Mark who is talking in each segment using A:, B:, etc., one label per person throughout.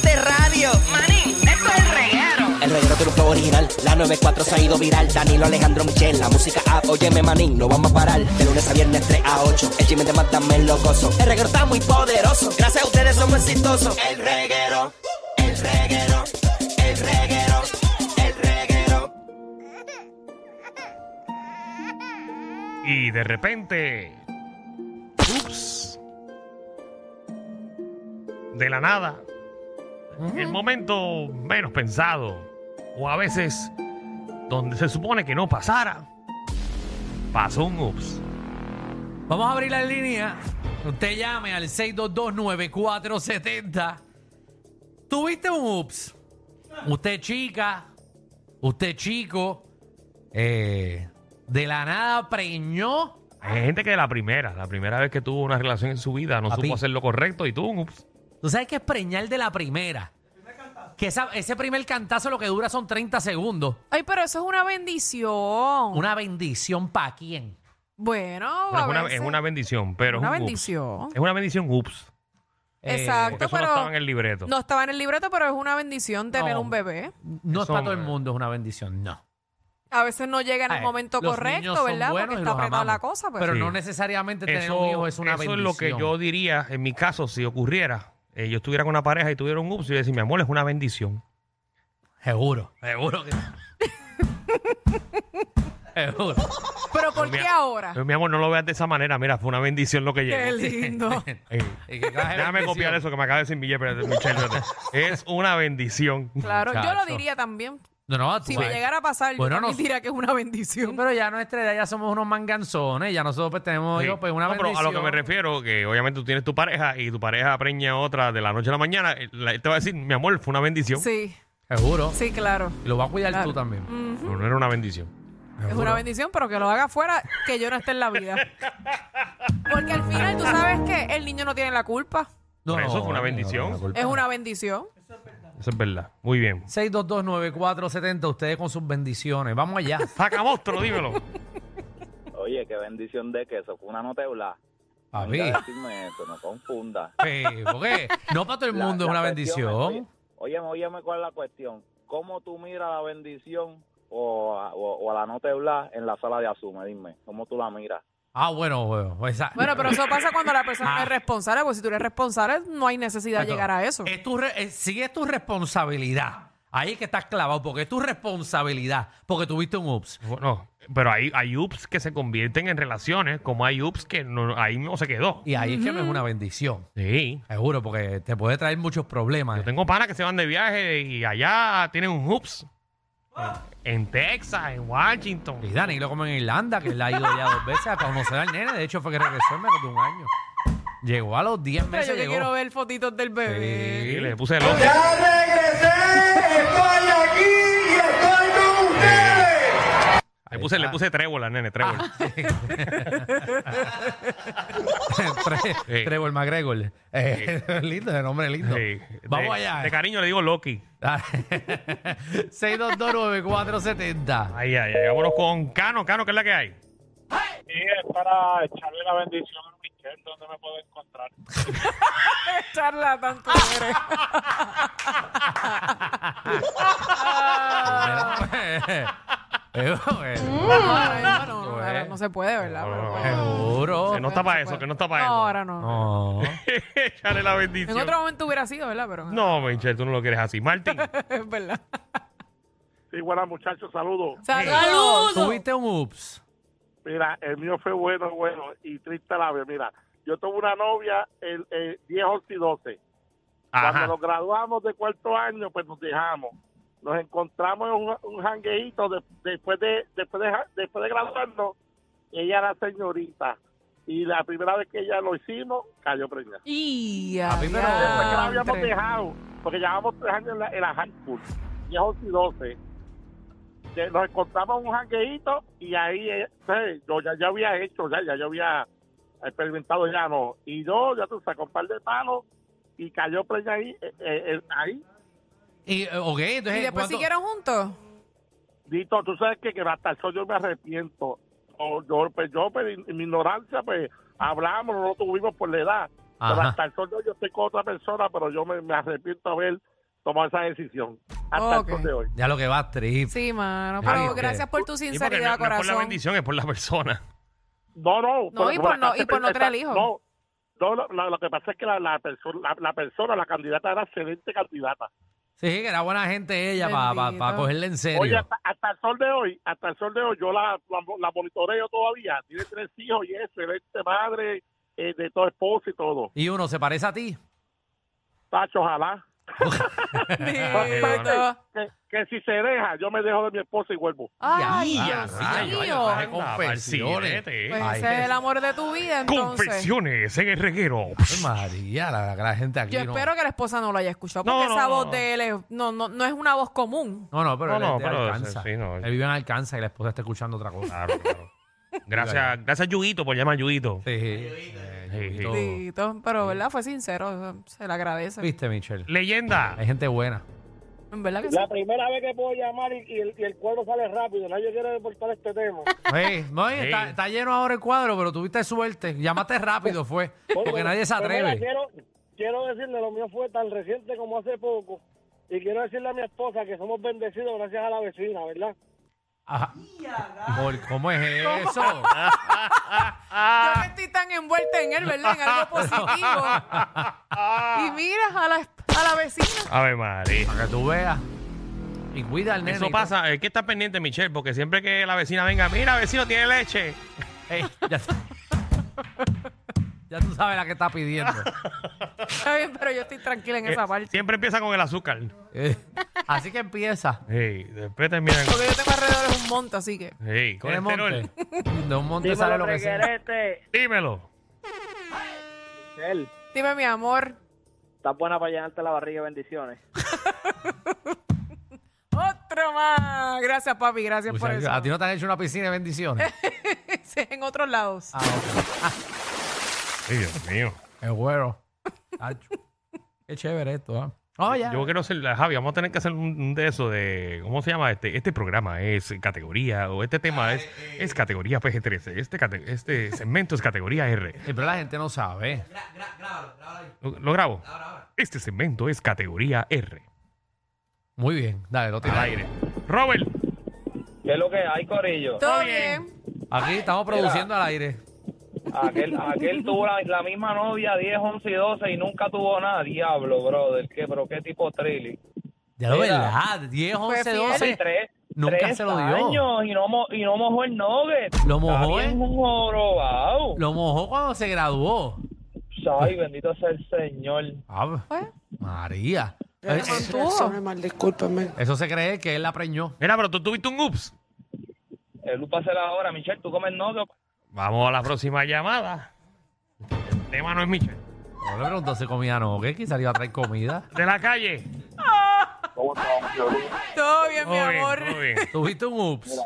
A: de radio.
B: Manín, esto es el reguero.
A: El reguero tiene un flow original, la 94 se ha ido viral. Danilo Alejandro Michel, la música app, óyeme manín, no vamos a parar. De lunes a viernes 3 a 8, el chisme de Mátame lo gozo. El reguero está muy poderoso, gracias a ustedes somos exitosos. El reguero, el reguero, el reguero, el reguero.
C: Y de repente. Ups. De la nada. El momento menos pensado. O a veces donde se supone que no pasara. Pasó un ups.
D: Vamos a abrir la línea. Usted llame al 6229470. Tuviste un ups. Usted chica, usted chico, eh, de la nada preñó.
C: Hay gente que la primera, la primera vez que tuvo una relación en su vida, no
D: Papi.
C: supo hacer lo correcto y tuvo un ups.
D: ¿Tú sabes qué es preñar de la primera? Que esa- ese primer cantazo lo que dura son 30 segundos.
E: Ay, pero eso es una bendición.
D: Una bendición para quién.
E: Bueno,
C: Bueno,
E: a
C: es, una,
E: veces-
C: es una bendición, pero
E: una
C: es un ups.
E: bendición.
C: Es una bendición ups.
D: Eh,
E: Exacto,
C: Porque eso
E: pero
C: no estaba en el libreto.
E: no estaba en el libreto, pero es una bendición tener
D: No.
E: un bebé.
D: No es
C: Eso,
D: para todo el
C: eh,
D: mundo, es una bendición, no.
E: A veces no llega en el
D: Ay,
E: momento
D: Ah, eh, los niños
E: correcto,
D: son
E: ¿verdad?
D: buenos
E: Porque
D: y
E: está
D: los
E: apretada la
D: amamos.
E: cosa, pues. pero,
D: Pero
C: Sí.
D: no necesariamente tener un hijo es una
C: eso
D: bendición.
C: es lo que yo diría en mi caso si ocurriera. eh, yo estuviera con una pareja y tuviera un ups, yo decía, mi amor, es una bendición.
D: Seguro, seguro que. seguro.
E: pero ¿por
C: Mi-
E: qué ahora?
C: Mi amor, no lo veas de esa manera. Mira, fue una bendición lo que llegó.
E: Ah. Qué lindo.
C: Eh,
D: Y que coge
C: Déjame
D: bendición.
C: copiar eso que me acaba de decir Miguel, pero- Michelle. espérate. es una bendición.
E: Claro, yo
D: Muchacho.
E: lo diría también.
D: No, no, tú
E: Si
D: sabes.
E: me llegara a pasar,
D: Bueno,
E: yo
D: no-
E: también diría que es una
D: Sí,
E: bendición.
D: pero ya a nuestra edad ya somos unos manganzones. Ya nosotros pues, tenemos
C: Sí.
D: yo, pues, una
C: No, pero
D: bendición.
C: a lo que me refiero, que obviamente tú tienes tu pareja y tu pareja preña a otra de la noche a la mañana, él él te va a decir, mi amor, fue una bendición.
E: Sí,
D: Seguro.
E: sí, claro.
D: Y lo vas a cuidar
E: Claro. Mm,
D: tú también.
C: No, no era una bendición.
E: Es una bendición, pero que lo haga fuera, que yo no esté en la vida. Porque al final tú sabes que el niño no tiene la culpa.
D: No,
C: Por eso fue una bendición.
E: Es una bendición.
C: Eso es verdad. Muy bien.
D: 6229470, ustedes con sus bendiciones. Vamos allá.
C: Saca monstruo, dímelo.
F: Oye, qué bendición de queso, fue una notebla.
D: A
F: Mira,
D: ver.
F: decirme eso, no confunda.
D: porque no para todo el
F: La-
D: mundo es
F: la
D: una
F: cuestión
D: bendición.
F: es, oye, óyeme, óyeme cuál es la cuestión. ¿Cómo tú miras la bendición o a, o- o a la notebla en la sala de asume? Dime, ¿cómo tú la miras?
D: Ah, bueno, bueno. esa-
E: Bueno, pero eso pasa cuando la persona no
D: Ah.
E: es responsable, porque si tú eres responsable, no hay necesidad de
D: Exacto.
E: llegar a
C: Eh,
E: eso.
D: Es tu re- es- sí es tu responsabilidad. Ahí es que estás clavado, porque es tu responsabilidad, porque tuviste un ups.
C: Bueno, pero hay, hay ups que se convierten en relaciones, como hay ups que no- ahí no se quedó.
D: Y ahí es que no es una bendición.
C: Sí.
D: Seguro, porque te puede traer muchos problemas.
C: Yo tengo panas que se van de viaje y allá tienen un ups. En Texas, en Washington.
D: Y Dani lo como en Irlanda, que él ha ido ya dos veces a conocer al nene. De hecho, fue que regresó en menos de un año. Llegó a los 10
E: Pero yo
D: meses.
E: que
D: Llegó.
E: quiero ver fotitos del bebé.
C: Y le puse el ojo. Le puse, le puse trébola, nene, trébola.
D: Ah.
C: Sí.
D: Tre- Trevor McGregor. Eh, lindo, ese nombre es lindo.
C: Sí.
D: Vamos
C: De-
D: allá.
C: De cariño le digo Loki.
D: 6229470.
C: Ahí, ahí, ahí. Vámonos con Cano. Cano, ¿qué es la que hay?
G: Sí, es para echarle la bendición a Michelle, donde me puedo encontrar.
E: Charla tanto eres.
D: Eh, bueno,
E: Ay, no, no, no,
D: Pues.
E: ahora no se puede, ¿verdad?
C: No, no, no.
E: Pero-
D: Seguro.
C: Que no está
E: no
C: para
E: se
C: eso,
E: puede.
C: que no está para
E: No,
C: eso.
E: ahora no.
D: No.
C: Échale la
E: En
C: bendición.
E: otro momento hubiera sido, ¿verdad? Pero
C: No, Michelle, tú no lo quieres así. Martín.
E: es verdad.
G: Sí, buenas muchachos, saludos.
E: Saludos.
D: Tuviste un ups.
G: Mira, el mío fue bueno, bueno y triste a la vez. Mira, yo tuve una novia el, el 10, 11 y 12.
C: Ajá.
G: Cuando nos graduamos de cuarto año, pues nos dejamos. Nos encontramos en un, un jangueíto de- después, de, después, de, ja- después de graduarnos. Ella era señorita. Y la primera vez que ella lo hicimos, cayó preñada.
E: Y
D: A mí me lo-
G: Después que la habíamos
E: adiantre.
G: dejado, porque llevábamos tres años en la, en la high school, 10, 11 y 12. De- Nos encontramos en un jangueíto y ahí eh, sí, yo ya, ya había hecho, ya, ya yo había experimentado ya no. Y yo, ya tú sacó un par de palos y cayó preña ahí, eh, eh, eh, ahí.
D: Y, eh, ok, entonces.
E: ¿Y después
D: ¿cuánto-
E: siguieron juntos?
G: Dito, tú sabes que, que hasta el sol yo me arrepiento. O yo, pues yo, pues, en mi ignorancia, pues hablamos, no lo tuvimos por la edad. Pero
D: Ajá.
G: hasta el sol de hoy yo estoy con otra persona, pero yo me, me arrepiento de haber tomado esa decisión. Hasta
E: Ok.
G: el sol de hoy.
D: Ya lo que va, trip.
E: Sí, mano.
D: Ay,
E: Pero
D: ok.
E: gracias por tu
C: Sí, porque
E: sinceridad,
C: no, no es por la
E: corazón.
C: bendición, es por la persona.
G: No, no.
E: No,
G: pero-
E: y por no- y por no
G: está-
E: tener hijos.
G: No, no, lo, lo- lo que pasa es que la, la, persona, la, la persona, la candidata, era excelente candidata.
D: Sí, que era buena gente ella para
E: Bendito.
D: cogerla en serio.
G: Oye, hasta, hasta el sol de hoy, hasta el sol de hoy, yo la, la, la monitoreo todavía. Tiene tres hijos y es excelente madre eh, de todo esposo y todo.
D: y uno se parece a ti.
G: Tacho, ojalá.
E: Bendito.
G: Que, que si se deja, yo me dejo de mi esposa y vuelvo.
E: Ay,
D: Ya,
E: Dios
D: ya,
C: Ay,
E: mío.
C: vaya, vaya,
D: Confesiones.
C: para el siguiente, eh.
E: Pues
D: Ay,
E: ese es el amor de tu vida, entonces.
C: Confesiones en el reguero.
D: Ay, María, la, la gente aquí.
E: Yo
D: no.
E: espero que la esposa no lo haya escuchado,
C: No,
E: porque
C: no,
E: esa
C: no,
E: voz
C: no.
E: de él es- no, no, no es una voz común.
D: No, no, pero
C: No,
D: él
C: no,
D: es de
C: pero
D: Alcanza.
C: sí, no.
D: Él vive en Alcanza y la esposa está escuchando otra cosa.
C: Claro, claro. Gracias, gracias Yuguito por llamar Yuguito.
D: Sí, eh,
C: Sí, sí.
D: Yuyito.
E: Bendito, Pero, ¿verdad? Fue sincero. eso Se le agradece.
D: Viste, Michelle.
C: Leyenda.
D: Hay gente buena.
E: En verdad que sí.
H: La primera vez que puedo llamar y, y el, y el cuadro sale rápido. Nadie quiere deportar este tema.
D: Ey, no, ey,
C: Sí.
D: Está, está lleno ahora el cuadro, pero tuviste suerte. Llamaste rápido, fue. Porque
H: Oye,
D: nadie se
H: pero mira,
D: atreve.
H: Quiero, quiero decirle, lo mío fue tan reciente como hace poco. Y quiero decirle a mi esposa que somos bendecidos gracias a la vecina, ¿verdad?
D: Ajá. Por- ¿Cómo es eso?
E: Yo que estoy tan envuelta en él, ¿verdad? En algo positivo. y mira a la, a la vecina.
C: A ver, María.
D: Para que tú veas. Y cuida al nene.
C: Eso
D: y todo.
C: pasa, es que está pendiente, Michelle, porque siempre que la vecina venga, mira, vecino, tiene leche.
D: Ey, ya, ya tú sabes la que está pidiendo.
E: Está bien, pero yo estoy tranquila en esa
C: Eh,
E: parte.
C: Siempre empieza con el azúcar.
D: Eh, Así que empieza.
C: Ey, después termina con,
E: Porque yo tengo alrededor de un monte, así que.
C: Ey,
D: ¿Tiene
C: colesterol.
D: monte? De un monte sale lo que sea.
C: Este. Dímelo.
H: Él,
E: Dime, mi amor.
H: estás buena para llenarte la barriga, bendiciones.
E: Otro más. Gracias, papi. Gracias
D: Uy,
E: por eso.
D: A ti no te han hecho una piscina de bendiciones.
E: Sí, en otros lados.
D: Ah, ok.
C: Ay, Dios mío.
D: El güero. Tacho. Qué chévere esto, ¿ah? Oh, ya.
C: Yo quiero ser, Javi, vamos a tener que hacer un, un de eso de, ¿cómo se llama este? Este programa es categoría, o este tema es, es categoría PG-13, este, cate- este segmento es categoría R.
D: Eh, Pero la gente no sabe.
C: ¿Lo, lo grabo? Este segmento es categoría R.
D: Muy bien. Dale, lo
C: Al
D: tiras.
C: aire. Robert.
H: ¿Qué es lo que hay, Corillo?
E: Todo
C: bien.
E: bien.
D: Aquí estamos produciendo al aire.
H: Aquel, aquel tuvo la, la misma novia 10, 11 y 12 y nunca tuvo nada. Diablo, brother. ¿Qué, pero qué tipo trilly.
D: Ya lo
H: Mira.
D: verdad. 10, 11,
E: fiel.
D: 12.
H: Tres,
D: Nunca
H: tres
D: se lo dio.
H: años y no, mo- y no mojó el nugget.
D: Lo mojó,
H: Está bien
D: ¿eh?
H: un jorobado.
D: Lo mojó cuando se graduó.
H: Ay, bendito sea el Señor.
D: Ah,
E: Pues,
D: María.
E: se
D: Eh, eh,
E: mantuvo.
D: Eso se cree que él la preñó.
C: Mira, pero tú tuviste un ups.
H: El lupa se la ahora, Michelle, tú comes nugget.
C: Vamos a la próxima llamada. El tema no es Michelle.
D: No le preguntó si comía no, que quizá le iba a traer comida.
C: De la calle.
F: ¿Cómo estamos, Piolín?
E: Todo bien, mi
C: Muy bien,
E: amor.
C: muy bien.
D: Tuviste un ups.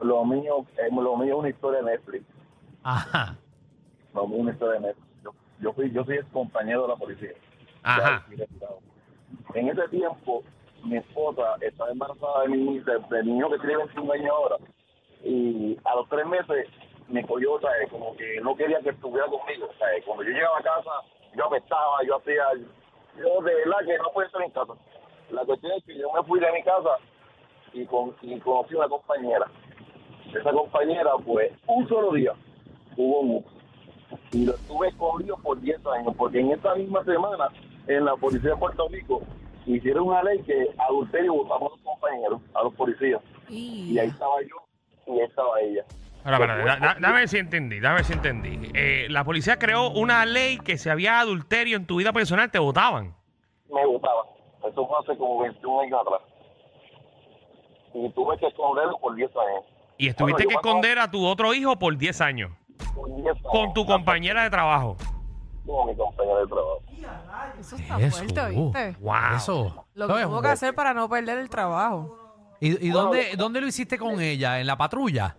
F: Lo mío, eh, lo mío es una historia de Netflix.
D: Ajá.
F: Lo mío es una historia de Netflix. Yo, yo fui, yo soy ex compañero de la policía.
C: Ajá.
F: Ya, retirado. En ese tiempo, mi esposa estaba embarazada de mi, de, del niño que tiene 21 años ahora. Y a los tres meses me cogió, ¿sabes? Como que no quería que estuviera conmigo, ¿sabes? Cuando yo llegaba a casa, yo apestaba, yo hacía... Yo de verdad que no puede estar en casa. La cuestión es que yo me fui de mi casa y, con, y conocí una compañera. Esa compañera, pues, un solo día hubo un ups y lo estuve escondido por 10 años, porque en esta misma semana en la policía de Puerto Rico hicieron una ley que adulterio votamos a los compañeros, a los policías, y ahí estaba yo y ahí estaba ella.
C: Ahora, espera, da- da- dame ver si entendí, dame ver si entendí. Eh, la policía creó una ley que si había adulterio en tu vida personal te votaban.
F: me gustaba. Eso fue hace como 21 años atrás. Y tuve que esconderlo por 10 años.
C: Y estuviste
F: Bueno, yo
C: que
F: cuando-
C: esconder a tu otro hijo por 10 años.
F: Por 10
C: Con tu
F: años.
C: compañera de trabajo.
F: Con mi compañera de trabajo.
E: Eso está
D: Eso,
E: fuerte, ¿viste?
C: Wow.
D: Eso.
E: Lo
D: ¿Sabes?
E: que tuvo que hacer para no perder el trabajo.
D: ¿Y, y dónde, dónde lo hiciste con ella? ¿En la patrulla?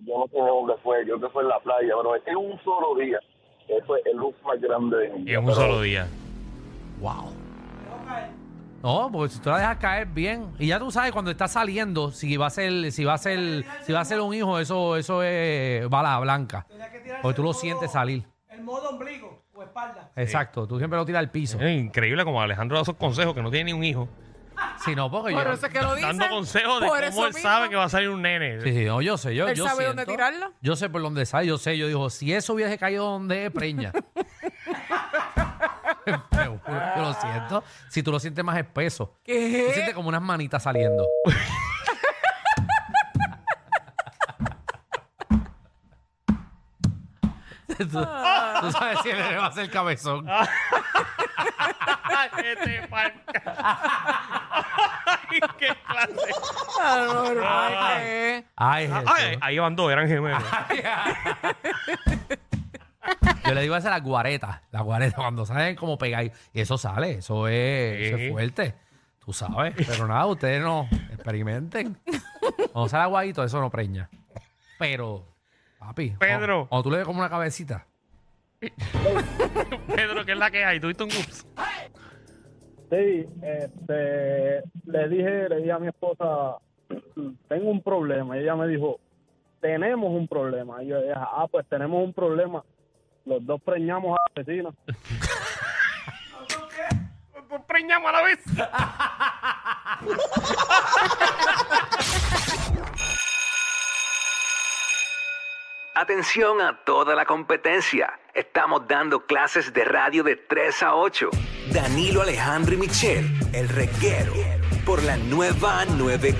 F: yo no sé dónde fue, yo creo que fue en la playa, pero es que en un solo día, eso es el luz más grande de mi vida.
C: Y en un
F: pero
C: solo día.
D: Wow. No, porque si tú la dejas caer bien y ya tú sabes cuando está saliendo si va a ser si va a ser si va a ser un hijo eso eso es bala blanca porque tú lo sientes salir.
I: El modo ombligo o espalda.
D: Exacto, tú siempre lo tiras al piso.
E: Eh.
C: Es increíble como Alejandro da esos consejos que no tiene ni un hijo.
D: Si no, porque
E: Por
D: yo
E: eso es que lo dicen.
C: Dando consejos de
E: por
C: cómo
E: eso
C: él sabe que
E: mismo.
C: va a salir un nene.
D: Sí, sí, no, yo sé, yo,
E: ¿Él
D: yo
E: sabe dónde
D: siento-
E: tirarlo?
D: Yo sé por dónde sale, yo sé, yo digo, si eso hubiese caído donde es preña. Te juro que lo siento. Si tú lo sientes más espeso, tú
E: ¿Qué?
D: sientes como unas manitas saliendo. tú, tú sabes si le va a hacer cabezón.
C: Ay, este pal- Ay, qué clase.
E: Ah, no, no, ay, qué.
D: Ay,
C: Ay,
D: Jesús.
C: ahí van dos, eran gemelos.
D: Yo le digo a esa las guaretas, las guaretas, cuando salen como pegáis. Y eso sale, eso es, eso es
C: Sí.
D: fuerte. Tú sabes. Pero nada, ustedes no experimenten. Cuando sale aguadito, eso no preña. Pero, papi.
C: Pedro.
D: Cuando, cuando tú le ves como una cabecita.
C: Pedro, que es la que hay. Tuviste un ups.
G: Sí, este, le dije, le dije a mi esposa, tengo un problema. Y ella me dijo, tenemos un problema. Y yo dije, ah, pues tenemos un problema. Los dos preñamos a la vecina.
C: Nos Preñamos a la vez.
I: Atención a toda la competencia. Estamos dando clases de radio de 3 a 8. Danilo Alejandro y Michel, el reguero, por la nueva 9.